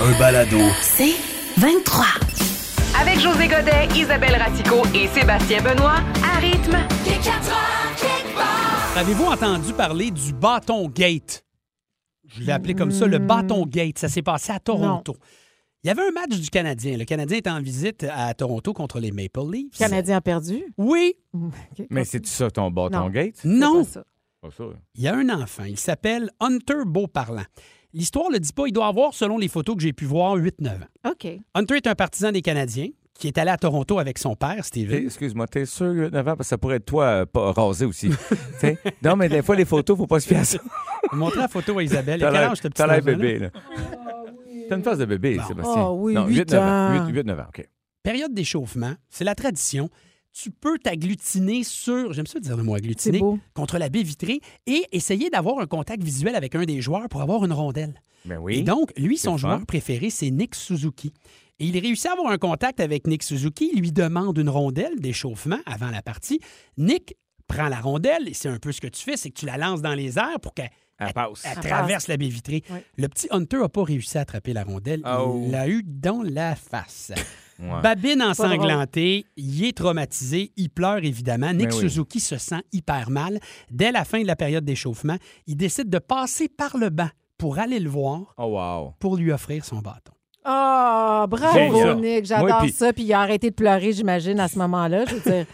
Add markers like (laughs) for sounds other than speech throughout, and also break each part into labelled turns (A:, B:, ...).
A: Un balado.
B: C'est 23.
C: Avec José Godet, Isabelle Ratico et Sébastien Benoît, à rythme.
D: Avez-vous entendu parler du bâton gate? Je l'ai appelé comme ça, le bâton gate. Ça s'est passé à Toronto. Il y avait un match du Canadien. Le Canadien était en visite à Toronto contre les Maple Leafs.
E: Le Canadien a perdu.
D: Oui,
E: OK.
F: Mais c'est ça ton bâton
E: Non.
F: gate?
D: non.
E: (laughs) C'est Ah, pas ça.
F: Pas ça.
D: Il y a un enfant. Il s'appelle Hunter Beauparlant. L'histoire le dit pas. Il doit avoir, selon les photos que j'ai pu voir, 8-9 ans.
E: OK.
D: Hunter est un partisan des Canadiens qui est allé à Toronto avec son père,
F: T'es-
D: Steven.
F: Excuse-moi, t'es sûr, 9 ans, parce que ça pourrait être toi euh, pas rasé aussi. (laughs) T'sais, non, mais des fois, les photos, faut pas se fier à ça.
D: Je vais montrer la photo à Isabelle. Il a
F: T'as
D: quel
F: l'air-
D: âge, ce petit
F: T'as l'air
D: enfant-là?
F: bébé, là. T'as une face de bébé, Sébastien.
E: Ah oui,
F: non,
E: huit
F: 8, 9 ans.
E: ans.
F: 8, 9 ans, OK.
D: Période d'échauffement, c'est la tradition. Tu peux t'agglutiner sur, j'aime ça dire le mot
E: C'est
D: agglutiner,
E: beau.
D: contre la baie vitrée et essayer d'avoir un contact visuel avec un des joueurs pour avoir une rondelle.
F: Mais Ben oui.
D: Et donc, lui,
F: C'est
D: son
F: le fun.
D: joueur préféré, c'est Nick Suzuki. Et il réussit à avoir un contact avec Nick Suzuki, il lui demande une rondelle d'échauffement avant la partie. Nick prend la rondelle, et c'est un peu ce que tu fais, c'est que tu la lances dans les airs pour qu'elle
F: elle passe.
D: elle
E: passe.
D: traverse la baie vitrée.
E: Oui.
D: Le petit Hunter n'a pas réussi à attraper la rondelle,
F: Oh.
D: il l'a eu dans la face.
F: (laughs) Ouais.
D: Babine ensanglantée, il est traumatisé, il pleure évidemment. Nick
F: Ben oui.
D: Suzuki se sent hyper mal. Dès la fin de la période d'échauffement, il décide de passer par le banc pour aller le voir
F: Oh, wow.
D: pour lui offrir son bâton.
E: Ah, bravo,
F: Génial.
E: Nick.
F: Moi,
E: J'adore
F: puis-
E: ça. Puis il a arrêté de pleurer, j'imagine, à ce moment-là. Je veux
F: (laughs)
E: dire,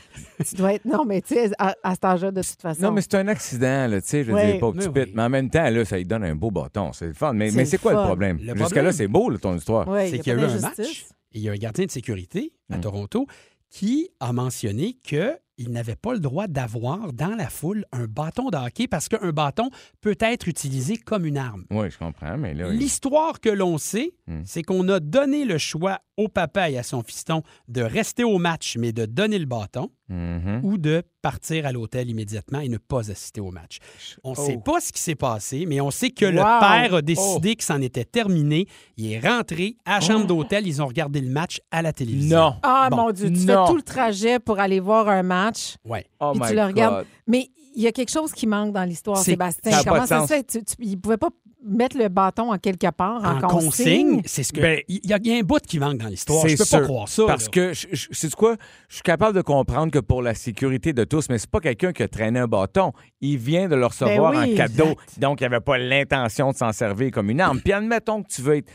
E: tu dois être. Non, mais tu sais, à, à cet âge-là, de toute façon.
F: Non, mais c'est un accident, là, tu sais, je veux
E: Ouais.
F: dire, pas petit
D: Mais oui.
F: pit. Mais en même temps, là, ça lui donne un beau bâton. C'est le fun. Mais
E: C'est
F: mais c'est
E: le
F: quoi le
E: fun.
F: problème?
D: Le
F: Jusque-là,
D: problème-
F: c'est beau, là, ton histoire.
E: Ouais,
D: c'est
E: Ben, y a
D: qu'il y a
E: pas
D: eu un match.
E: d'injustice.
D: Et il y a un gardien de sécurité à
F: Mm.
D: Toronto qui a mentionné qu'il n'avait pas le droit d'avoir dans la foule un bâton de hockey parce qu'un bâton peut être utilisé comme une arme.
F: Eh Oui, je comprends, mais là. il-
D: L'histoire que l'on sait,
F: Mm.
D: c'est qu'on a donné le choix au papa et à son fiston de rester au match, mais de donner le bâton,
F: Mhm.
D: ou de partir à l'hôtel immédiatement et ne pas assister au match. On ne sait
F: Oh.
D: pas ce qui s'est passé, mais on sait que le
E: Wow.
D: père a décidé que c'en était terminé. Il est rentré à la chambre d'hôtel, ils ont regardé le match à la télévision.
F: Oh. Non.
E: Ah,
D: Bon,
E: mon Dieu, tu
F: non.
E: fais tout le trajet pour aller voir un match.
D: Ouais.
F: Oh,
E: Puis
F: my
E: tu le regardes.
F: God.
E: Mais il y a quelque chose qui manque dans l'histoire,
D: C'est-
E: Sébastien.
F: ça a pas
E: Comment
F: de
E: ça
F: sens.
E: se fait? Tu, tu- il pouvait pas mettre le bâton en quelque part, en,
D: En consigne, c'est ce que. Il
F: Ben,
D: y, a- il y a un bout qui manque dans l'histoire.
F: C'est
D: Je peux
F: sûr,
D: pas croire ça.
F: Parce
D: là.
F: que, je- je- sais-tu quoi? Je suis capable de comprendre que pour la sécurité de tous, mais c'est pas quelqu'un qui a traîné un bâton. Il vient de le recevoir
E: Ben oui,
F: en cadeau. Donc, il n'avait pas l'intention de s'en servir comme une arme. Puis, admettons que tu veux être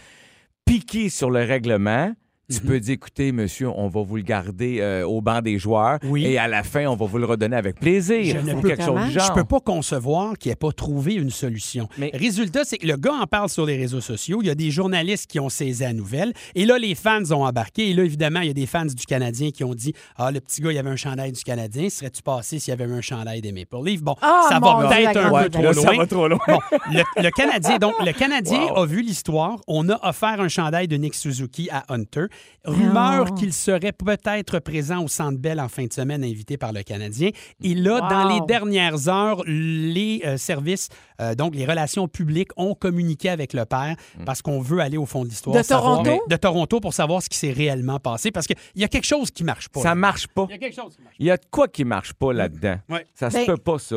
F: piqué sur le règlement.
D: Mhm.
F: Tu peux dire, écoutez, monsieur, on va vous le garder euh, au banc des joueurs.
D: Oui.
F: Et à la fin, on va vous le redonner avec plaisir.
D: Je ne
F: Ou
D: peux-
F: quelque chose du genre.
D: Je peux pas concevoir qu'il n'ait pas trouvé une solution.
F: Mais-
D: Résultat, c'est que le gars en parle sur les réseaux sociaux. Il y a des journalistes qui ont saisi la nouvelle. Et là, les fans ont embarqué. Et là, évidemment, il y a des fans du Canadien qui ont dit Ah, le petit gars, il avait un chandail du Canadien. Serais-tu passé s'il y avait un chandail des Maple Leafs Bon,
E: Ah,
D: ça va
E: mon Dieu,
D: peut-être
E: la
D: un
E: grande
D: peu trop
F: Là,
D: loin.
F: ça va trop loin.
D: (laughs) Bon, le, le Canadien, donc, le Canadien
F: Wow.
D: a vu l'histoire. On a offert un chandail de Nick Suzuki à Hunter. Rumeur
E: Non.
D: qu'il serait peut-être présent au Centre Bell en fin de semaine, invité par le Canadien. Et là,
E: Wow.
D: dans les dernières heures, les euh, services, euh, donc les relations publiques, ont communiqué avec le père
F: Hmm.
D: parce qu'on veut aller au fond de l'histoire.
E: De
D: savoir-
E: Toronto?
D: De Toronto pour savoir ce qui s'est réellement passé parce qu'il y a quelque chose qui marche pas.
F: Ça
D: là.
F: marche pas.
D: Il y a quelque chose qui marche
F: Il y a de quoi qui marche pas là-dedans.
D: Ouais.
F: Ça se
E: Ben,
F: peut pas, ça.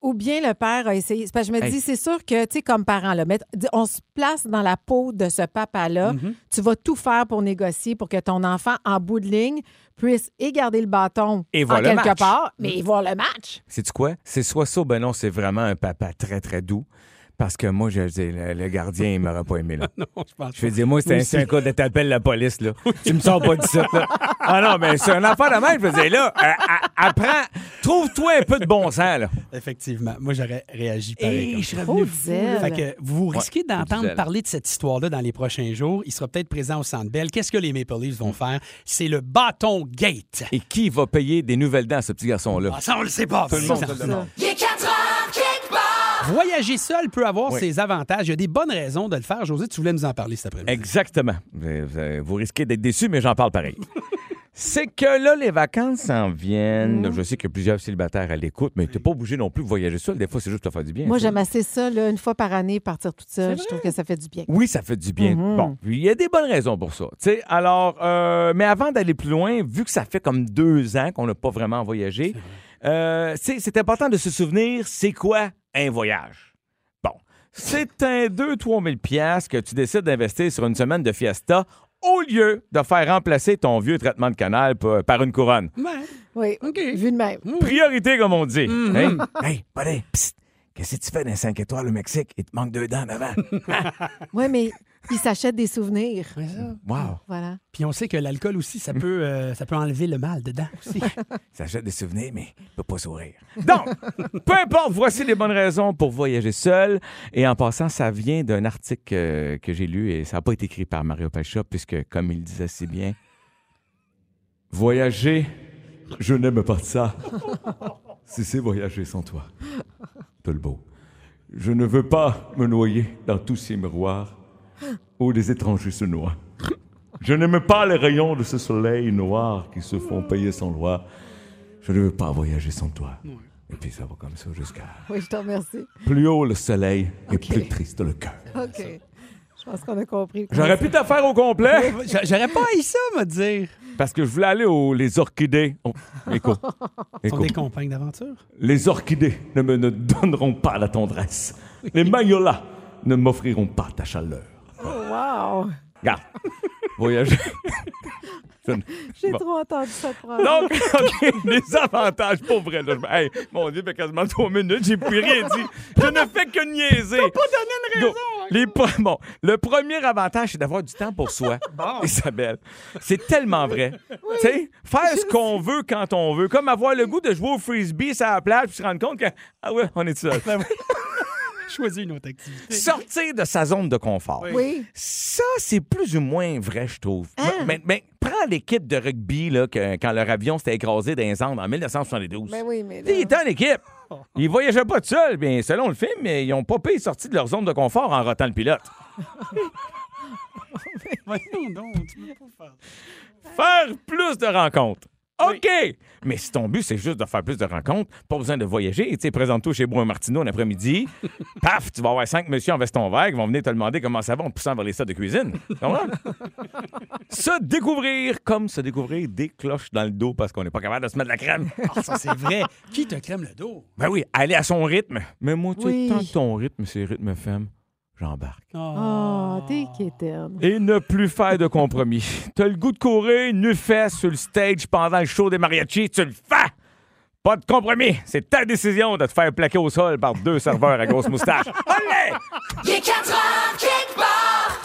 E: Ou bien le père a essayé. C'est parce que je me
F: Hey.
E: dis, c'est sûr que, tu sais, comme parent, là, mais dis- on se place dans la peau de ce papa-là.
F: Mm-hmm.
E: Tu vas tout faire pour négocier pour que ton enfant, en bout de ligne, puisse et garder le bâton
F: Et
E: en
F: voir le
E: quelque
F: match. Mm-hmm.
E: part, mais et voir le match.
F: C'est tu quoi? C'est soit ça ou ben non, c'est vraiment un papa très, très doux. Parce que moi, je dis, le, le gardien, il m'aurait pas aimé, là.
D: pas. Non, je pense
F: Je
D: pas.
F: veux dire, moi, c'est un,
D: Moi
F: c'est un cas de t'appelles la police, là. Tu me sors pas du site, là. Ah non, mais c'est un enfant de même. Je veux dire, là, euh, a- apprends, trouve-toi un peu de bon sens, là.
D: Effectivement. Moi, j'aurais réagi pareil. comme ça.
E: Trop zèle.
D: Fait que vous risquez
F: c'est
D: d'entendre
F: difficile.
D: parler de cette histoire-là dans les prochains jours. Il sera peut-être présent au Centre Bell. Qu'est-ce que les Maple Leafs vont faire? C'est le bâton gate.
F: Et qui va payer des nouvelles dents à ce petit garçon-là?
D: Ah, ça, on le sait pas.
F: Tout le monde
D: Ça,
F: se le
D: ça,
F: demande.
D: ça. Voyager seul peut avoir
F: Oui.
D: ses avantages. Il y a des bonnes raisons de le faire. José, tu voulais nous en parler cet après-midi.
F: Exactement. Vous- vous- Vous risquez d'être déçu, mais j'en parle pareil. C'est que là, les vacances s'en viennent. Je sais qu'il y a plusieurs célibataires à l'écoute, mais t'es pas obligé non plus de voyager seul. Des fois, c'est juste te faire du bien.
E: Moi,
F: tu sais.
E: j'aime assez ça, là, une fois par année, partir toute seule. Je trouve que ça fait du bien.
F: Oui, ça fait du bien.
E: Mhm.
F: Bon, puis il y a des bonnes raisons pour ça. tu sais. alors, euh, mais avant d'aller plus loin, vu que ça fait comme deux ans qu'on n'a pas vraiment voyagé, euh, c'est c'est important de se souvenir c'est quoi un voyage. Bon, c'est un 2-3 000 piastres que tu décides d'investir sur une semaine de fiesta au lieu de faire remplacer ton vieux traitement de canal par par une couronne.
D: Ouais.
E: Oui,
D: OK.
E: vu de même.
F: Mm. Priorité, comme on dit. Hein? Hey, buddy, psst, qu'est-ce que tu fais dans 5 étoiles au Mexique? Il te manque deux dents en avant.
E: Oui, mais ils s'achètent des souvenirs.
F: wow.
E: Voilà.
D: Puis on sait que l'alcool aussi, ça peut, euh, ça peut enlever le mal dedans aussi. (laughs)
F: Ça jette des souvenirs, mais peut pas sourire. Donc, (laughs) peu importe, voici les bonnes raisons pour voyager seul. Et en passant, ça vient d'un article euh, que j'ai lu et ça n'a pas été écrit par Mario Pelcha, puisque, comme il disait si bien, voyager, je n'aime pas ça. si c'est voyager sans toi, beau. Je ne veux pas me noyer dans tous ces miroirs où les étrangers se noient. Je n'aime pas les rayons de ce soleil noir qui se font payer sans loi. Je ne veux pas voyager sans toi. Et puis ça va comme ça jusqu'à.
E: Oui, je te remercie.
F: Plus haut le soleil et
E: Ok.
F: plus triste le cœur.
E: OK. Je pense qu'on a compris.
F: J'aurais pu te faire au complet
D: J'a- J'aurais pas haï ça, me dire.
F: parce que je voulais aller aux les orchidées. Oh,
E: (laughs)
F: écho.
D: Sont
F: Écho.
D: des compagnes d'aventure.
F: Les orchidées ne me ne donneront pas la tendresse. Les mayolas ne m'offriront pas ta chaleur.
E: Oh, Wow!
F: Regarde,
E: (laughs)
F: voyager. Je ne-
E: J'ai
F: Bon.
E: trop entendu cette phrase.
F: Donc, (laughs) OK, les avantages, pour vrai. Là, je- hey, mon Dieu, fait quasiment trois minutes, j'ai plus rien dit. Je ne fais que niaiser. pas donné une raison. hein? les pre- (laughs) bon, le premier avantage, c'est d'avoir du temps pour (laughs) soi, Isabelle. C'est tellement vrai. Tu sais, faire ce qu'on veut quand on veut. Comme avoir le goût de jouer au frisbee sur la plage puis se rendre compte que, ah ouais, on est (laughs) seul.
D: Choisis une autre activité.
F: Sortir de sa zone de confort.
E: Oui.
F: Ça, c'est plus ou moins vrai, je trouve.
E: Hein?
F: Mais, mais- mais prends l'équipe de rugby là, que- quand leur avion s'était écrasé dans les Andes en 1972.
E: Mais Ben oui, mais
F: Ils
E: là,
F: étaient en équipe. Ils voyageaient pas tout seuls. Bien, selon le film, ils n'ont pas payé sorti de leur zone de confort en rotant le pilote.
D: (laughs) Voyons donc, tu veux pas faire
F: Faire plus de rencontres. OK! Mais si ton but, c'est juste de faire plus de rencontres, pas besoin de voyager. Tu sais, présente-toi chez Bruno Martineau l'après-midi. Paf, tu vas avoir cinq messieurs en veston vert qui vont venir te demander comment ça va en te poussant vers les salles de cuisine. Tu comprends? se découvrir comme se découvrir des cloches dans le dos parce qu'on n'est pas capable de se mettre de la crème.
D: Ah, ça, c'est vrai. Qui te crème le dos?
F: Ben oui, aller à son rythme. Mais moi, tu sais,
E: Oui.
F: tant que ton rythme, c'est rythme FM, j'embarque.
D: Ah,
E: Oh, t'es quétaine.
F: Et ne plus faire de compromis. T'as le goût de courir, nu fesse sur le stage pendant le show des mariachis, tu le fais! Pas de compromis! C'est ta décision de te faire plaquer au sol par deux serveurs à
E: (laughs)
F: grosse moustache. Allez!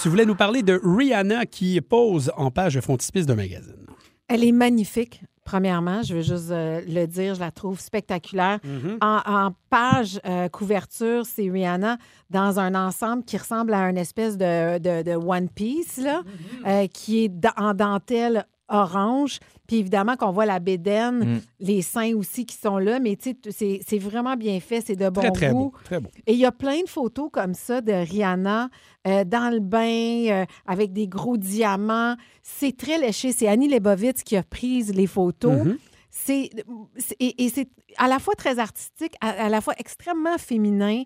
D: Tu voulais nous parler de Rihanna qui pose en page frontispice d'un magazine.
E: Elle est magnifique. Premièrement, je veux juste euh, le dire, je la trouve spectaculaire. en, en page euh, couverture, c'est Rihanna dans un ensemble qui ressemble à une espèce de, de- de One Piece, là, euh, qui est da- en dentelle orange. Puis évidemment qu'on voit la bédaine,
D: Mm.
E: les seins aussi qui sont là, mais tu sais, t- c'est- c'est vraiment bien fait, c'est de bon
D: Très, très
E: goût.
D: beau. Très beau.
E: Et il y a plein de photos comme ça de Rihanna euh, dans le bain euh, avec des gros diamants. C'est très léché. C'est Annie Lebovitz qui a pris les photos. C'est c'est- et, et c'est à la fois très artistique, à, à la fois extrêmement féminin.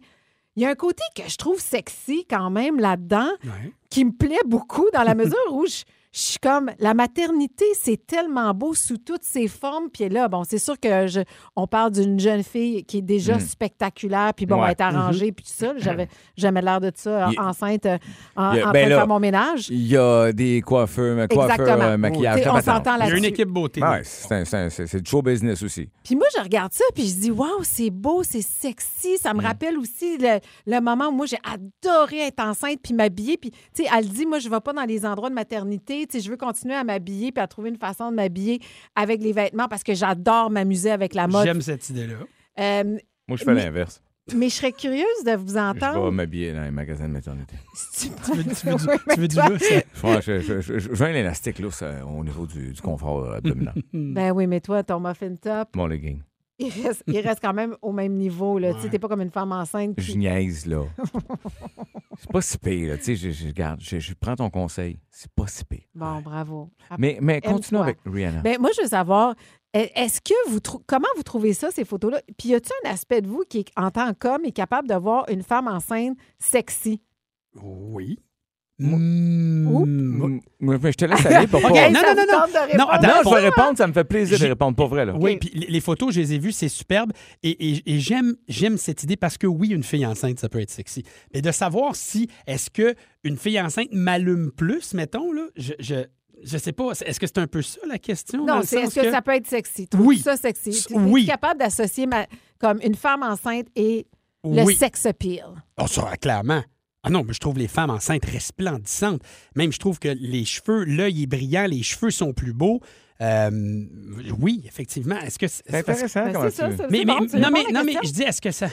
E: Il y a un côté que je trouve sexy quand même là-dedans
D: Ouais.
E: qui me plaît beaucoup dans
F: (laughs)
E: la mesure où je, je suis comme la maternité, c'est tellement beau sous toutes ses formes. Puis là, bon, c'est sûr que je, on parle d'une jeune fille qui est déjà spectaculaire, puis bon,
F: Mm. Ouais. Mm-hmm.
E: elle est arrangée, puis tout ça. J'avais jamais l'air de ça euh,
F: Il-
E: enceinte euh, en,
F: Il-
E: en
F: ben
E: train de
F: là,
E: faire mon ménage.
F: Il y a des coiffeurs, euh,
E: Exactement. Tu sais, on s'entend
D: Il y a une
E: là-dessus.
D: équipe beauté.
F: c'est du show business aussi.
E: Puis moi, je regarde ça, puis je dis, waouh, c'est beau, c'est sexy. Ça me
D: Mm.
E: rappelle aussi le, le moment où moi, j'ai adoré être enceinte, puis m'habiller. Puis, tu sais, elle dit, moi, je ne vais pas dans les endroits de maternité. Tu sais, je veux continuer à m'habiller, puis à trouver une façon de m'habiller avec les vêtements parce que j'adore m'amuser avec la mode.
D: J'aime cette idée-là.
E: (laughs) Euh,
F: Moi, je
E: fais
F: fais
E: Mais-
F: l'inverse.
E: mais je serais curieuse de vous
F: Je vais
E: entendre.
F: m'habiller dans les magasins de maternité.
E: (laughs) Si tu
D: Tu veux, tu veux du,
E: Oui, mais
D: tu veux du
E: toi-
D: lousse, hein?
F: Je, veux un élastique lousse au niveau du, confort euh, abdominal.
E: Ben oui, mais toi, ton muffin top,
F: Mon legging.
E: il reste, il reste quand même au même niveau. Là. Tu sais, t'es pas comme une femme enceinte.
F: Je
E: Qui...
F: niaise, là. c'est pas si pire, là. Tu sais, je, je- regarde, je, je prends ton conseil. C'est pas si pire.
E: Bon, bravo.
F: Mais, mais continue
E: Ah, Aime-toi.
F: avec Rihanna.
E: Ben, moi, je veux savoir, est- est-ce que vous trou- comment vous trouvez ça, ces photos-là? Puis y a-t-il un aspect de vous qui, est- en tant qu'homme, est capable de voir une femme enceinte sexy?
D: Oui. Hmm.
F: Mm, mais je te laisse aller pour
D: OK,
F: pas...
D: Oh. non, non, non,
E: ça vous tente de
D: non,
E: répondre?
D: attends,
F: Non, je
D: pour-
F: vais répondre, ça me fait plaisir de
D: J'ai-
F: répondre. Pas vrai, là.
D: Oui, puis les- les photos, je les ai vues, c'est superbe. Et, et- et j'aime, j'aime cette idée parce que oui, une fille enceinte, ça peut être sexy. Mais de savoir si est-ce que une fille enceinte m'allume plus, mettons, là, je, je, je sais pas. Est-ce que c'est un peu ça la question? dans
E: Non,
D: le
E: c'est
D: sens
E: est-ce que, ça peut être sexy? Trouves-tu
D: Oui.
E: ça sexy?
D: S-
E: Tu- es-tu
D: oui.
E: capable d'associer ma- comme une femme enceinte et le
D: Oui.
E: sex appeal?
D: Oh, ça, clairement. Ah non, mais je trouve les femmes enceintes resplendissantes. Même, je trouve que les cheveux, l'œil est brillant, les cheveux sont plus beaux. Euh, oui, effectivement. Est-ce que c'est-
F: C'est intéressant
E: Ben,
F: comment
E: c'est ça,
F: tu-
E: c'est-
D: Ah, Mais,
E: c'est
D: mais-
E: bon, tu
D: non,
E: réponds
D: mais,
E: à la
D: non, mais
E: question.
D: je dis, est-ce que ça.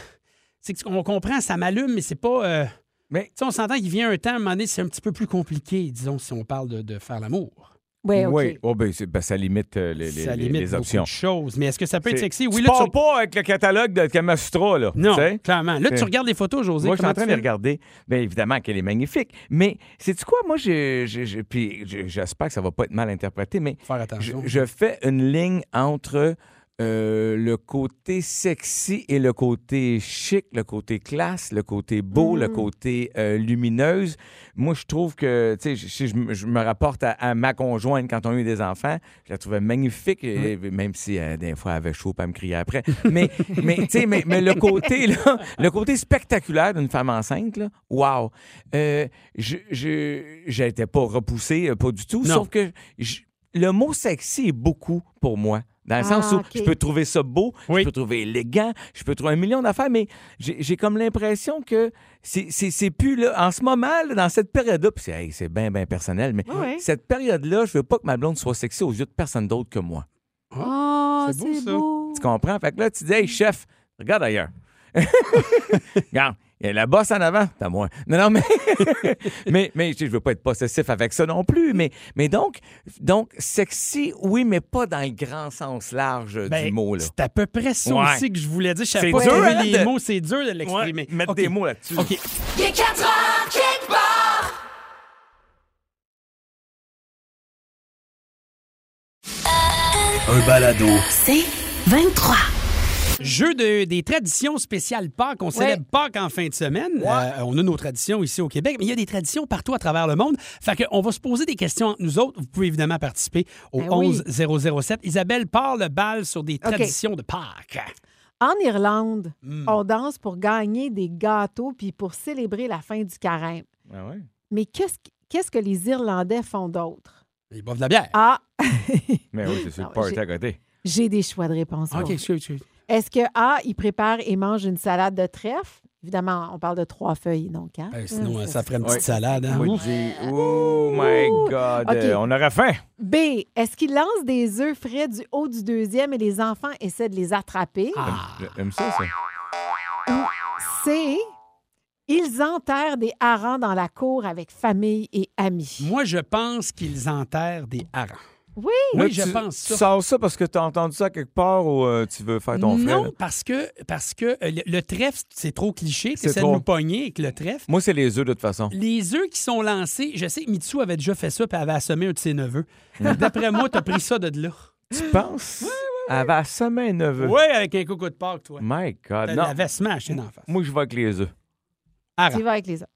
D: C'est qu'on comprend, ça m'allume, mais c'est pas. euh,
F: Mais-
D: Tu sais, on s'entend qu'il vient un temps, à un moment donné, c'est un petit peu plus compliqué, disons, si on parle de, de faire l'amour.
E: Ouais, OK.
F: Oui, oh, ben, c'est- ben, ça limite euh, les, les-
D: ça
F: les-
D: limite
F: les
D: beaucoup
F: options.
D: de choses. Mais est-ce que ça peut être
F: C'est-
D: sexy?
F: tu
D: là,
F: pars
D: tu-
F: pas avec le catalogue de Kamasutra, là.
D: Non,
F: tu sais?
D: clairement. Là,
F: C'est-
D: tu regardes les photos, José.
F: Moi, je suis
D: comment
F: en train
D: tu
F: de
D: fais?
F: regarder. Bien évidemment qu'elle est magnifique. Mais c'est-tu quoi? Moi, je, je- je- puis je- j'espère que ça va pas être mal interprété, mais
D: Faire
F: je,
D: attention.
F: je fais une ligne entre euh, le côté sexy et le côté chic, le côté classe, le côté beau,
D: Mm.
F: le côté euh, lumineuse. Moi, je trouve que, tu sais, je- si je, me- je me rapporte à, à ma conjointe quand on a eu des enfants, je la trouvais magnifique, et- même si euh, des fois elle avait chaud, pas me crier après. Mais, mais tu sais, mais, mais le côté, là, le côté spectaculaire d'une femme enceinte, là, wow! Euh, je, je, j'étais pas repoussé, euh, pas du tout,
D: Non.
F: sauf que je- le mot sexy est beaucoup pour moi. Dans le
E: Ah,
F: sens où
E: ok.
F: je peux trouver ça beau,
D: Oui.
F: je peux trouver élégant, je peux trouver un million d'affaires, mais j'ai j'ai comme l'impression que c'est- c'est c'est plus là. En ce moment, là, dans cette période-là, puis c'est hey, c'est bien, bien personnel, mais
E: Ouais.
F: cette période-là, je veux pas que ma blonde soit sexy aux yeux de personne d'autre que moi.
E: Oh,
D: C'est beau,
E: c'est
D: ça.
E: beau.
F: Tu comprends? Fait que là, tu dis, hey, chef, regarde ailleurs. (laughs) regarde. Il y a la bosse en avant, t'as moins. Non, non, mais, mais, (laughs) mais je je veux pas être possessif avec ça non plus. Mais, mais donc, donc, sexy, oui, mais pas dans le grand sens large du
D: Ben,
F: mot. Là.
D: C'est à peu près ça
F: Ouais.
D: aussi que je voulais dire. Je savais
F: C'est
D: pas
F: dur,
D: trouver
F: hein,
D: les
F: de-
D: mots, c'est dur de l'exprimer.
F: Ouais, mettre
D: OK.
F: des mots là-dessus.
D: OK.
A: Un balado.
B: C'est 23.
D: Jeu de- des traditions spéciales Pâques. On célèbre Pâques en fin de semaine. Euh, on a nos traditions ici au Québec, mais il y a des traditions partout à travers le monde. Fait que on va se poser des questions entre nous autres. Vous pouvez évidemment participer au
E: Ben oui.
D: 11 007. Isabelle part le bal sur des
E: OK.
D: traditions de Pâques.
E: En Irlande,
D: Hmm.
E: on danse pour gagner des gâteaux puis pour célébrer la fin du carême.
F: Ah ouais?
E: Mais qu'est-ce qu- qu'est-ce que les Irlandais font d'autre?
D: Ils boivent de la bière.
E: Ah,
F: Mais oui, c'est sur
E: Non,
F: le party
E: j'ai-
F: à côté.
E: j'ai des choix de réponse.
F: Ah,
E: pour
D: Ah, OK,
E: vous.
D: excuse, excuse.
E: Est-ce que A, ils préparent et mangent une salade de trèfle? Évidemment, on parle de trois feuilles, donc. Hein?
D: Ben, sinon,
E: Hum,
D: euh,
E: ça
D: ça ferait une petite
F: Ouais.
D: salade. hein.
F: Oui,
D: Ouf.
F: dis- oh my God,
E: OK.
F: euh, on aurait faim.
E: B, est-ce qu'ils lancent des œufs frais du haut du deuxième et les enfants essaient de les attraper?
D: Ah.
F: J'aime ça, ça.
E: C, ils enterrent des harengs dans la cour avec famille et amis.
D: Moi, je pense qu'ils enterrent des harengs.
E: Oui.
D: Oui,
F: Là,
D: je
F: tu-
D: pense
F: Tu
D: ça.
F: sors ça parce que t'as entendu ça quelque part ou euh, tu veux faire ton frère?
D: non, parce que, parce que euh, le, le trèfle, c'est trop cliché.
F: C'est
D: C'est de
F: trop.
D: nous pogner avec le trèfle.
F: Moi, c'est les œufs, de toute façon.
D: Les œufs qui sont lancés, je sais que Mitsu avait déjà fait ça puis avait assommé un de ses (laughs) neveux. D'après moi, t'as pris ça de là.
F: Tu penses? Elle va assommer un neveu.
D: Oui, avec un coco de Pâques, toi.
F: My God,
D: T'as
F: non.
D: la vestement acheté d'en face.
F: Moi, je vais avec les œufs.
E: Tu y
D: Harangue.
E: vas avec les autres.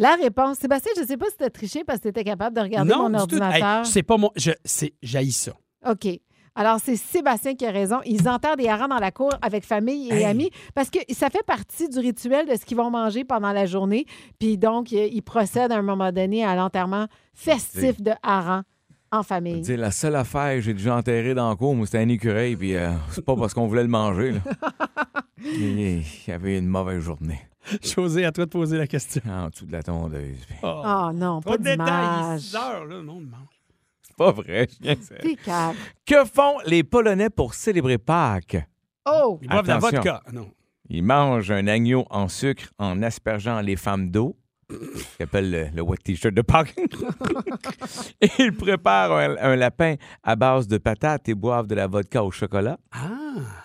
E: La réponse, Sébastien, je ne sais pas si tu as triché parce que tu étais capable de regarder
D: non,
E: mon
D: du tout. Hey,
E: ordinateur.
D: c'est pas moi. Je sais, j'haïs ça.
E: OK. Alors, c'est Sébastien qui a raison. Ils enterrent des harengs dans la cour avec famille et
D: Hey.
E: amis parce que ça fait partie du rituel de ce qu'ils vont manger pendant la journée. Puis donc, euh, ils procèdent à un moment donné à l'enterrement festif de harengs en
F: Je
E: famille.
F: veux dire, la seule affaire que j'ai déjà enterrée dans le cours, moi, c'était un écureuil, puis euh, c'est pas parce qu'on voulait le manger. Là. Il il avait une mauvaise journée
D: (laughs) José, à toi de poser la question.
F: en dessous de la tondeuse. (laughs) puis
D: Oh.
E: Oh non,
D: Trop
E: pas
D: de détails.
E: d'image.
D: six heures, là, non, non.
F: C'est pas vrai. je viens de dire.
E: T'es calme.
F: Que font les Polonais pour célébrer Pâques?
E: Oh!
D: Ils boivent de la
F: Attention.
D: vodka. Non.
F: Ils mangent un agneau en sucre en aspergeant les femmes d'eau. qui appelle le, le wet t-shirt de Pâques. (laughs) et ils préparent un, un lapin à base de patates et boivent de la vodka au chocolat.
D: Ah!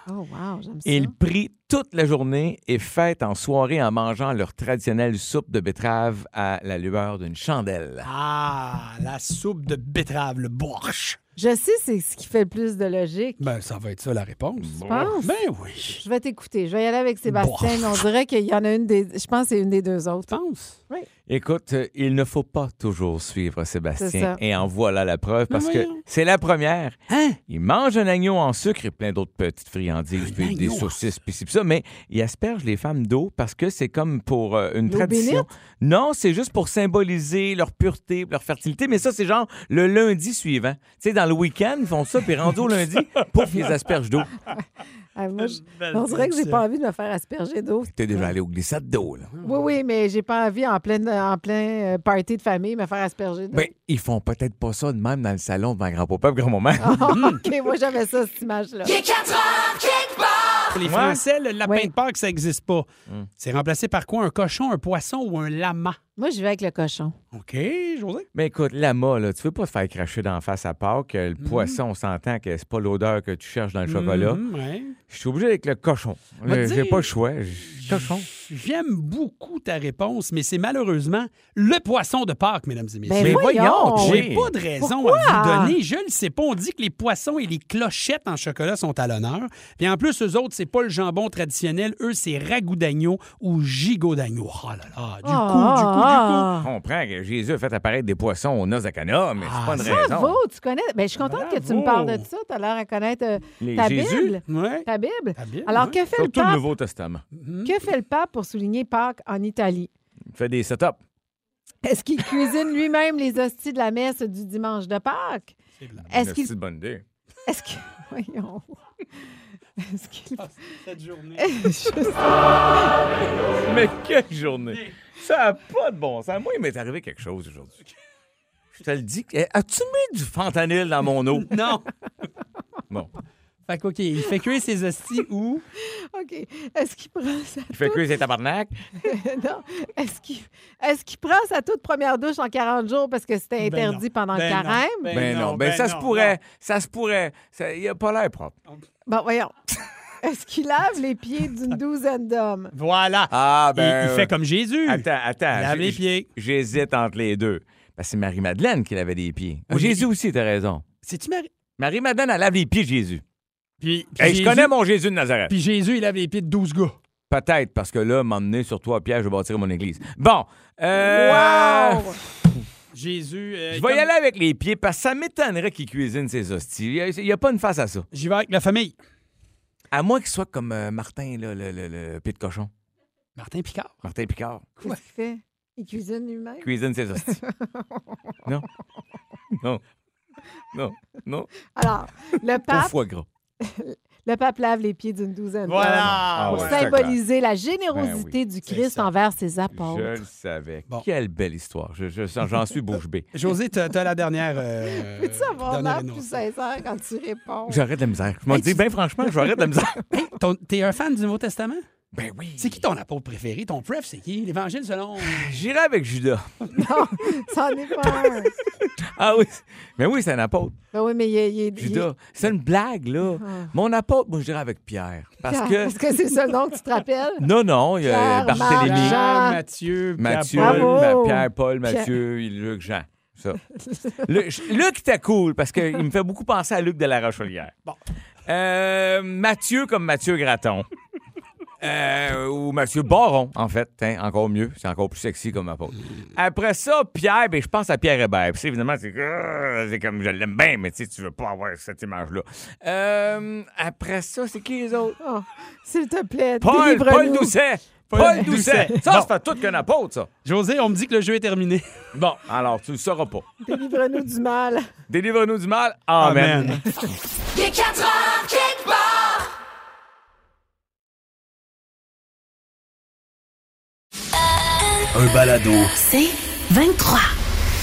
E: Oh, wow, j'aime ça.
F: Et ils prient toute la journée et fêtent en soirée en mangeant leur traditionnelle soupe de betterave à la lueur d'une chandelle.
D: Ah! La soupe de betterave, le borsch.
E: Je sais, c'est ce qui fait le plus de logique.
D: Ben, ça va être ça la réponse.
E: Tu penses?
D: Ben oui.
E: Je vais t'écouter. Je vais y aller avec Sébastien.
D: Bon.
E: On dirait qu'il y en a une des. Je pense que c'est une des deux
D: Je (laughs)
E: autres. hein?
D: pense.
F: Écoute, euh, il ne faut pas toujours suivre
E: C'est
F: Sébastien.
E: ça.
F: Et en voilà la preuve parce que
D: voyons.
F: c'est la première.
D: Hein?
F: Il mange un agneau en sucre et plein d'autres petites friandises,
D: Un
F: puis des
D: agneau en
F: saucisses, puis ci, puis ça. Mais il asperge les femmes d'eau parce que c'est comme pour euh, une
E: L'eau
F: tradition. Non, c'est juste pour symboliser leur pureté, leur fertilité. Mais ça, c'est genre le lundi suivant. Tu sais, dans le week-end, ils font ça, puis rendu
D: (laughs)
F: au lundi, pouf, ils aspergent d'eau.
E: Ah, moi, je-
D: Belle
E: On dirait que j'ai
D: tradition.
E: pas envie de me faire asperger d'eau.
F: T'es déjà allé aux glissades d'eau, là.
E: Oui, oui, mais j'ai pas envie en plein, en plein euh, party de famille me faire asperger d'eau. (laughs)
F: Ben, ils font peut-être pas ça de même dans le salon devant grand-papa et grand-maman.
D: Ah.
E: Oh, OK, moi, j'avais ça, cette image-là.
D: Pour les Français, le lapin
E: Ouais. Hmm.
D: de Pâques, ça n'existe pas. C'est remplacé par quoi? Un cochon, un poisson ou un lama?
E: Moi, je vais avec le cochon.
D: OK, José?
F: Mais écoute, l'amas, là, tu veux pas te faire cracher d'en face à Pâques. Le poisson, on s'entend que c'est pas l'odeur que tu cherches dans le chocolat.
D: Mhm, ouais.
F: Je suis obligé avec le cochon.
D: Va
F: Euh,
D: te
F: J'ai
D: dire-
F: pas le choix. J- Cochon.
D: J'aime beaucoup ta réponse, mais c'est malheureusement le poisson de Pâques, mesdames et messieurs.
E: Ben,
F: Mais voyons,
E: voyons.
F: Jay.
D: J'ai pas de raison à
E: Pourquoi?
D: vous donner. Je ne sais pas. On dit que les poissons et les clochettes en chocolat sont à l'honneur. Puis en plus, eux autres, c'est pas le jambon traditionnel. Eux, c'est ragoût d'agneau ou gigot d'agneau. Oh là là, du coup, du coup, du coup.
E: Ah,
F: Je comprends que Jésus a fait apparaître des poissons au noces d'Akana, mais c'est pas une
E: Ah,
F: raison.
E: Bravo, tu connais. Ben, je suis contente que tu me
D: Bravo.
E: parles de ça. Tu as l'air à connaître euh,
F: Les
E: ta
F: Jésus.
E: Bible.
D: Ouais.
E: Ta Bible.
D: Ta Bible,
E: Oh. Alors,
D: ouais.
E: que fait, le
F: Surtout le
E: pape,
F: Nouveau Testament.
E: que fait le pape pour souligner Pâques en Italie?
F: Il fait des setups.
E: Est-ce qu'il cuisine lui-même les hosties de la messe du dimanche de Pâques? Est-ce
F: Merci
E: qu'il.
F: de bonne idée.
E: Est-ce que. (laughs) Voyons. Est-ce qu'il.
D: Cette journée.
E: Je sais-
F: Mais quelle journée! Ça a pas de bon sens. Moi, il m'est arrivé quelque chose aujourd'hui. Je te le dis. Eh, As-tu mis du fentanyl dans mon eau?
D: (laughs) Non.
F: Bon.
D: Fait que, OK, il fait cuire ses hosties ou.
E: (laughs) OK. Est-ce qu'il prend sa.
F: Il fait cuire ses tabarnak.
E: (laughs) non. Est-ce qu'il est qu'il prend sa toute première douche en 40 jours parce que c'était
D: Ben non.
E: interdit pendant
D: Ben
E: le
D: non.
E: carême?
F: Ben non, ben, ça se
D: non,
F: pourrait, ça se pourrait. Ça- Il a pas l'air propre.
E: Bon, voyons. (laughs) Est-ce qu'il lave les pieds d'une douzaine d'hommes?
D: non. Voilà.
F: Ah, ben,
D: Il, il fait comme Jésus.
F: Attends, attends.
D: Lave les
F: j-
D: pieds.
F: J'hésite entre les deux. Parce que c'est Marie-Madeleine qui l'avait des pieds.
D: Oui.
F: Jésus aussi, t'as raison.
D: C'est-tu Marie?
F: Marie-Madeleine, elle lave les pieds de Jésus.
D: Puis, puis
F: Hey,
D: Jésus-
F: je connais mon Jésus de Nazareth.
D: Puis Jésus, il lave les pieds de 12 gars.
F: Peut-être, parce que là, m'emmener sur toi, Pierre, je vais bâtir mon église. Bon. Euh, (laughs)
E: Wow!
D: Jésus. euh,
F: Je vais
D: comme-
F: y aller avec les pieds, parce que ça m'étonnerait qu'il cuisine ses hosties. Il n'y a, pas une face à ça.
D: J'y vais avec la famille.
F: À moins qu'il soit comme euh, Martin, là, le, le- le pied de cochon.
D: Martin Picard.
F: Martin Picard.
E: Qu'est-ce qu'il fait? Il cuisine lui-même?
F: Cuisine ses hosties. non. Non. Non. Non.
E: Alors, le
F: Au (laughs)
E: pape,
F: foie gras.
E: le pape lave les pieds d'une douzaine
F: Ah
E: d'hommes pour
F: ouais. Ben
E: symboliser la générosité du
D: c'est
E: Christ
D: ça.
E: envers ses apôtres.
F: Je le savais.
D: Bon.
F: Quelle belle histoire. Je- je- J'en suis bouche bée.
D: José, t'as t'as la dernière. (laughs) euh,
E: Peux-tu avoir
D: dernière
E: l'air plus
D: énoncée.
E: sincère quand tu réponds?
F: J'arrête la misère. Je m'en dis, bien franchement, j'arrête la misère.
D: Hey, ton- T'es un fan du Nouveau Testament?
F: Ben oui.
D: C'est qui ton apôtre préféré? Ton pref, c'est qui? L'Évangile selon.
F: J'irai avec Judas.
E: Non, ça n'est pas un.
F: Ah oui. Mais oui, c'est un apôtre.
E: Ben oui, mais il est... il est- il est-
F: Judas. C'est une blague, là. Mon apôtre, moi, j'irai avec Pierre. Parce que.
E: Parce que c'est ça le nom que tu te rappelles?
F: Non, non, il y a
E: Pierre,
F: Barthélemy,
E: Marc,
D: Pierre,
E: Jean.
D: Mathieu, Pierre,
F: Mathieu,
D: Paul.
E: Bravo.
F: Ma- Pierre, Paul,
E: Pierre.
F: Mathieu, Luc, Jean. Ça. (laughs) Lu- Luc était cool parce qu'il me fait beaucoup penser à Luc de la Rochelière.
D: Bon.
F: Euh, Mathieu comme Mathieu Graton. Euh, ou Mathieu Baron, en fait. hein, encore mieux. C'est encore plus sexy comme apôtre. Après ça, Pierre, ben, je pense à Pierre Hébert. Puis, c'est évidemment, c'est, grrr, c'est comme je l'aime bien, mais tu sais, tu veux pas avoir cette image-là. Euh, après ça, c'est qui les autres?
E: Oh, S'il te plaît,
F: Paul,
E: délivre-nous.
F: Paul Doucet. Paul,
D: Paul
F: Doucet.
D: Doucet.
F: Ça,
D: Bon.
F: c'est pas tout qu'un apôtre, ça.
D: José, on me dit que le jeu est terminé.
F: Bon, alors, tu le sauras pas.
E: Délivre-nous du mal.
F: Délivre-nous du mal. Amen.
D: Amen.
A: un balado,
B: C'est 23.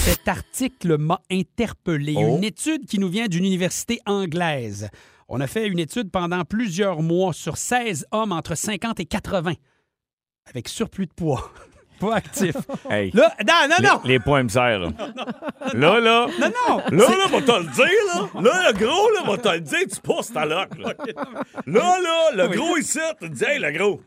D: Cet article m'a interpellé.
F: Oh.
D: Une étude qui nous vient d'une université anglaise. On a fait une étude pendant plusieurs mois sur 16 hommes entre 50 et 80 avec surplus de poids. (laughs) pas actif.
F: Hey.
D: Là, non, non, non.
F: Les, les points me serrent, là. Là, là.
D: Non, non.
F: Là, là, va te le dire, là. Là, le gros, là, va te le dire, tu passes ta loque, là. Là, là, le gros, ici, tu te dis, hey, le gros.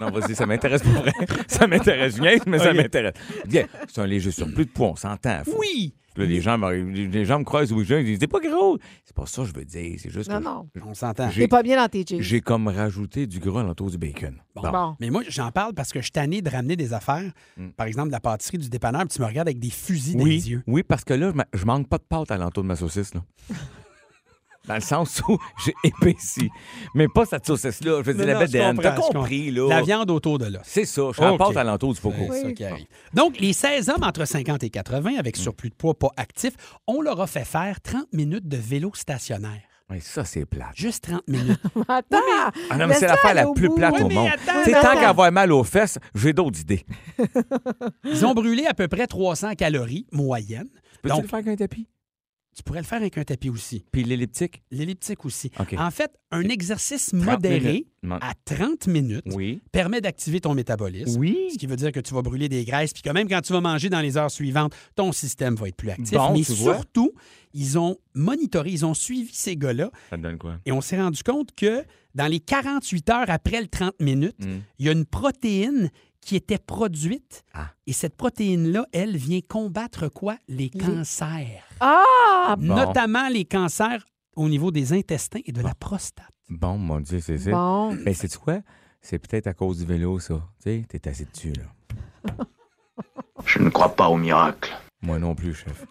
F: Non, vas-y, ça m'intéresse pour vrai. (laughs) Ça m'intéresse bien, mais ça
D: Ok.
F: m'intéresse. Bien, c'est un léger surplus de poids, on s'entend. faut.
D: Oui.
F: Puis là, les gens, me- les gens me croisent au jeu, ils disent, t'es pas gros. C'est pas ça que je veux dire, c'est juste
E: Non,
F: que
E: non.
D: On s'entend.
E: T'es pas bien dans tes jeans.
F: j'ai comme rajouté du gras à l'entour du bacon. Bon. Mm.
E: Bon.
D: Mais moi, j'en parle parce que je suis tanné de ramener des affaires, par exemple de la pâtisserie, du dépanneur, puis tu me regardes avec des fusils dans les
F: Oui,
D: yeux.
F: oui, parce que là, je ma- je manque pas de pâte à l'entour de ma
D: (laughs)
F: saucisse. Là. Dans le sens où j'ai épaissi. Mais pas cette saucisse-là. Je veux
D: Non,
F: dire, la
D: non,
F: bête
D: je
F: d'Anne. T'as
D: comprends, je
F: compris, là.
D: comprends. La viande autour de là.
F: C'est ça. Je suis en
D: Ok.
F: pâte à l'entour du poco.
D: C'est ça qui arrive. Donc, les 16 hommes entre 50 et 80, avec
F: Mm.
D: surplus de poids pas actif, on leur a fait faire 30 minutes de vélo stationnaire.
F: Ouais, ça, c'est plate.
D: Juste 30 minutes.
E: Attends!
F: Ah non, mais c'est
E: laisse-la
F: l'affaire la
E: aller au
F: plus
E: bout.
F: plate
D: Oui,
F: au
D: mais
F: monde.
D: attends,
F: C'est
E: mais
F: tant
E: attends.
F: qu'à avoir mal aux fesses, j'ai d'autres idées.
D: Ils ont brûlé à peu près 300 calories moyennes.
F: Peux-tu
D: Donc-
F: le faire avec un tapis?
D: Tu pourrais le faire avec un tapis aussi.
F: Puis l'elliptique?
D: L'elliptique aussi.
F: OK.
D: En fait, un exercice
F: 30
D: modéré Ah.
F: minutes. Non.
D: à 30 minutes
F: Oui.
D: permet d'activer ton métabolisme.
F: Oui.
D: Ce qui veut dire que tu vas brûler des graisses, puis que même quand tu vas manger dans les heures suivantes, ton système va être plus actif.
F: Bon,
D: Mais
F: tu vois.
D: surtout, ils ont monitoré, ils ont suivi ces gars-là,
F: Ça te donne quoi?
D: et on s'est rendu compte que dans les 48 heures après le 30 minutes,
F: Mm.
D: il y a une protéine qui était produite,
F: Ah.
D: et cette protéine-là, elle vient combattre quoi? Les cancers.
E: Ah!
F: Bon.
D: Notamment les cancers au niveau des intestins et de la prostate.
F: Bon, mon Dieu, c'est ça.
E: Bon.
F: Mais c'est quoi? C'est peut-être à cause du vélo, ça. Tu sais, t'es assis dessus, là.
G: (laughs) Je ne crois pas au miracle.
F: Moi non plus, chef.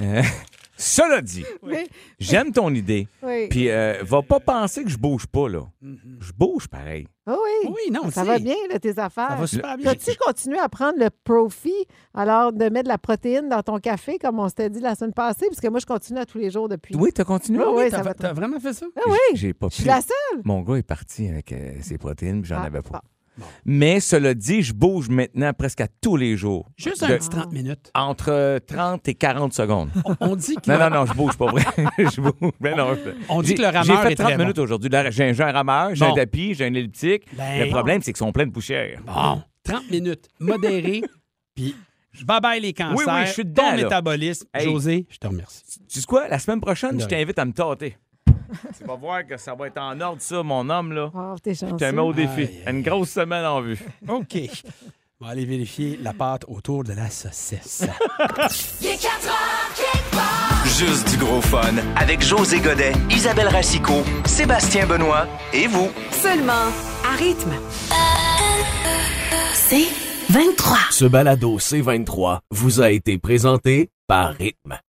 F: Euh, (laughs) cela dit,
E: Oui.
F: j'aime ton idée.
E: Oui.
F: Puis euh, va pas penser que je bouge pas, là.
E: Mm-hmm.
F: Je bouge pareil.
E: Ah oui.
D: Oui, non,
E: Ça
D: tu
E: va
D: sais,
E: bien, là, tes
D: Ça
E: affaires.
D: va super bien.
E: T'as-tu continué à prendre le profi, alors de mettre de la protéine dans ton café, comme on s'était dit la semaine passée? Parce que moi, je continue à tous les jours depuis.
F: Oui, t'as continué?
E: Ah oui,
D: T'as
E: ça va
D: t'as vraiment fait ça?
E: Ah oui,
F: J- J'ai pas
E: je suis
F: pris.
E: la seule.
F: Mon gars est parti avec euh, ses protéines, puis j'en
E: Ah,
F: avais pas.
D: bon.
F: Mais cela dit, je bouge maintenant presque à tous les jours.
D: Juste un
F: De-
D: petit 30 minutes.
F: Entre euh, 30 et 40 secondes.
D: On, on
F: (laughs)
D: dit que
F: Non, non, non, je bouge pas vrai. (laughs) je bouge. Mais non, je-
D: On dit
F: J'ai-
D: que le rameur
F: J'ai fait
D: est
F: 30
D: très bon.
F: minutes aujourd'hui. Le- J'ai j'ai un rameur, j'ai
D: Bon.
F: un tapis, j'ai un elliptique.
D: Ben.
F: le problème, c'est qu'ils sont pleins de poussière.
D: Bon, 30 minutes,
F: (laughs)
D: modéré, puis bye-bye les cancers,
F: Oui, oui, je suis dedans,
D: ton
F: là.
D: métabolisme.
F: Hey.
D: José, je te remercie.
F: Tu sais quoi? La semaine prochaine,
D: De
F: je t'invite à me tâter. tu vas voir que ça va être en ordre, ça, mon homme, là.
E: Oh, t'es
F: Je
E: chanceux.
F: te mets au défi.
D: Aïe, aïe.
F: Une grosse semaine en vue.
D: OK. On va aller vérifier la pâte autour de la saucisse.
G: Juste du gros fun avec José Godet, Isabelle Racicot, Sébastien Benoît et vous.
C: Seulement à rythme.
B: C'est 23.
H: Ce balado C23 vous a été présenté par Rythme.